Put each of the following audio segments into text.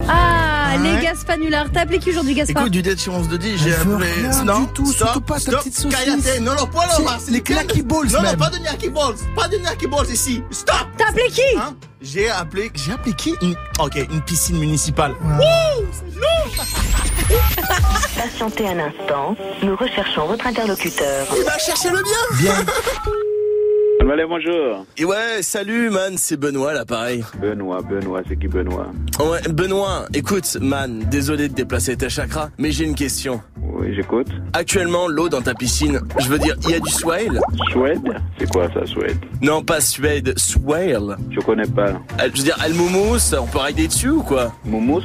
ouais. Ah, les Gaspanular. T'as appelé qui aujourd'hui, Gaspard Écoute, du d'assurance de dit, Elle j'ai veut appelé. rien non, du tout, stop, surtout pas ta stop, petite saucisse. Kayate, non, non, pas C'est là-bas. les Clacky Balls, Non, non, même. pas de Clacky Balls. Pas de Clacky Balls ici. Stop. T'as appelé qui Hein J'ai appelé. J'ai appelé qui Une- Ok, une piscine municipale. Patientez un instant, nous recherchons votre interlocuteur. Eh Il ben, va chercher le bien. Bien. Allez, bonjour. Et ouais, salut, man. C'est Benoît, là, pareil. Benoît, Benoît, c'est qui Benoît Ouais, Benoît, écoute, man, désolé de déplacer tes chakras, mais j'ai une question. Oui, j'écoute. Actuellement, l'eau dans ta piscine, je veux dire, il y a du swale Suède C'est quoi ça, Suède Non, pas Suède, swale. Je connais pas. Elle- Je veux dire, elle mousse, on peut rider dessus ou quoi Moumous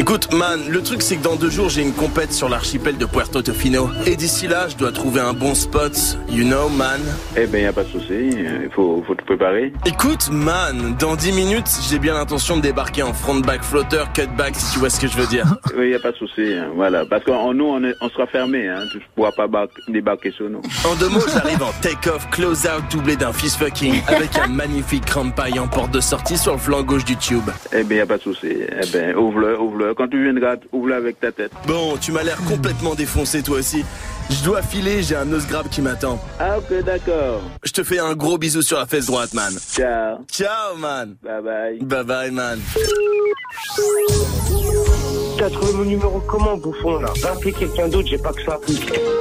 Écoute, man, le truc c'est que dans deux jours j'ai une compète sur l'archipel de Puerto Tofino. Et d'ici là, je dois trouver un bon spot, you know, man. Eh ben, y a pas de souci. Il faut, faut te préparer. Écoute, man, dans 10 minutes, j'ai bien l'intention de débarquer en front back flotteur, cutback, si tu vois ce que je veux dire. Oui, y a pas de souci. hein, Voilà. Parce que nous, on, est- on sera fermé. Hein. Tu pourras pas bar- débarquer sur nous. En deux mots, j'arrive en take-off, close-out, doublé d'un fist fucking, avec un magnifique crampaille en porte de sortie sur le flanc gauche du tube. Eh ben, y a pas de souci. Eh ben, ouvre-le, ouvre-le. Quand tu viendras, ouvre-le avec ta tête. Bon, tu m'as l'air complètement défoncé toi aussi. Je dois filer, j'ai un os grave qui m'attend. Ah, ok, d'accord. Je te fais un gros bisou sur la fesse droite, man. Ciao. Ciao, man. Bye bye. Bye bye, man. T'as trouvé mon numéro comment, bouffon, là Va appeler quelqu'un d'autre, j'ai pas que ça.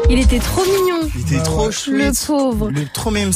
Il était trop mignon, Il était trop chou. le pauvre. Le trop mims.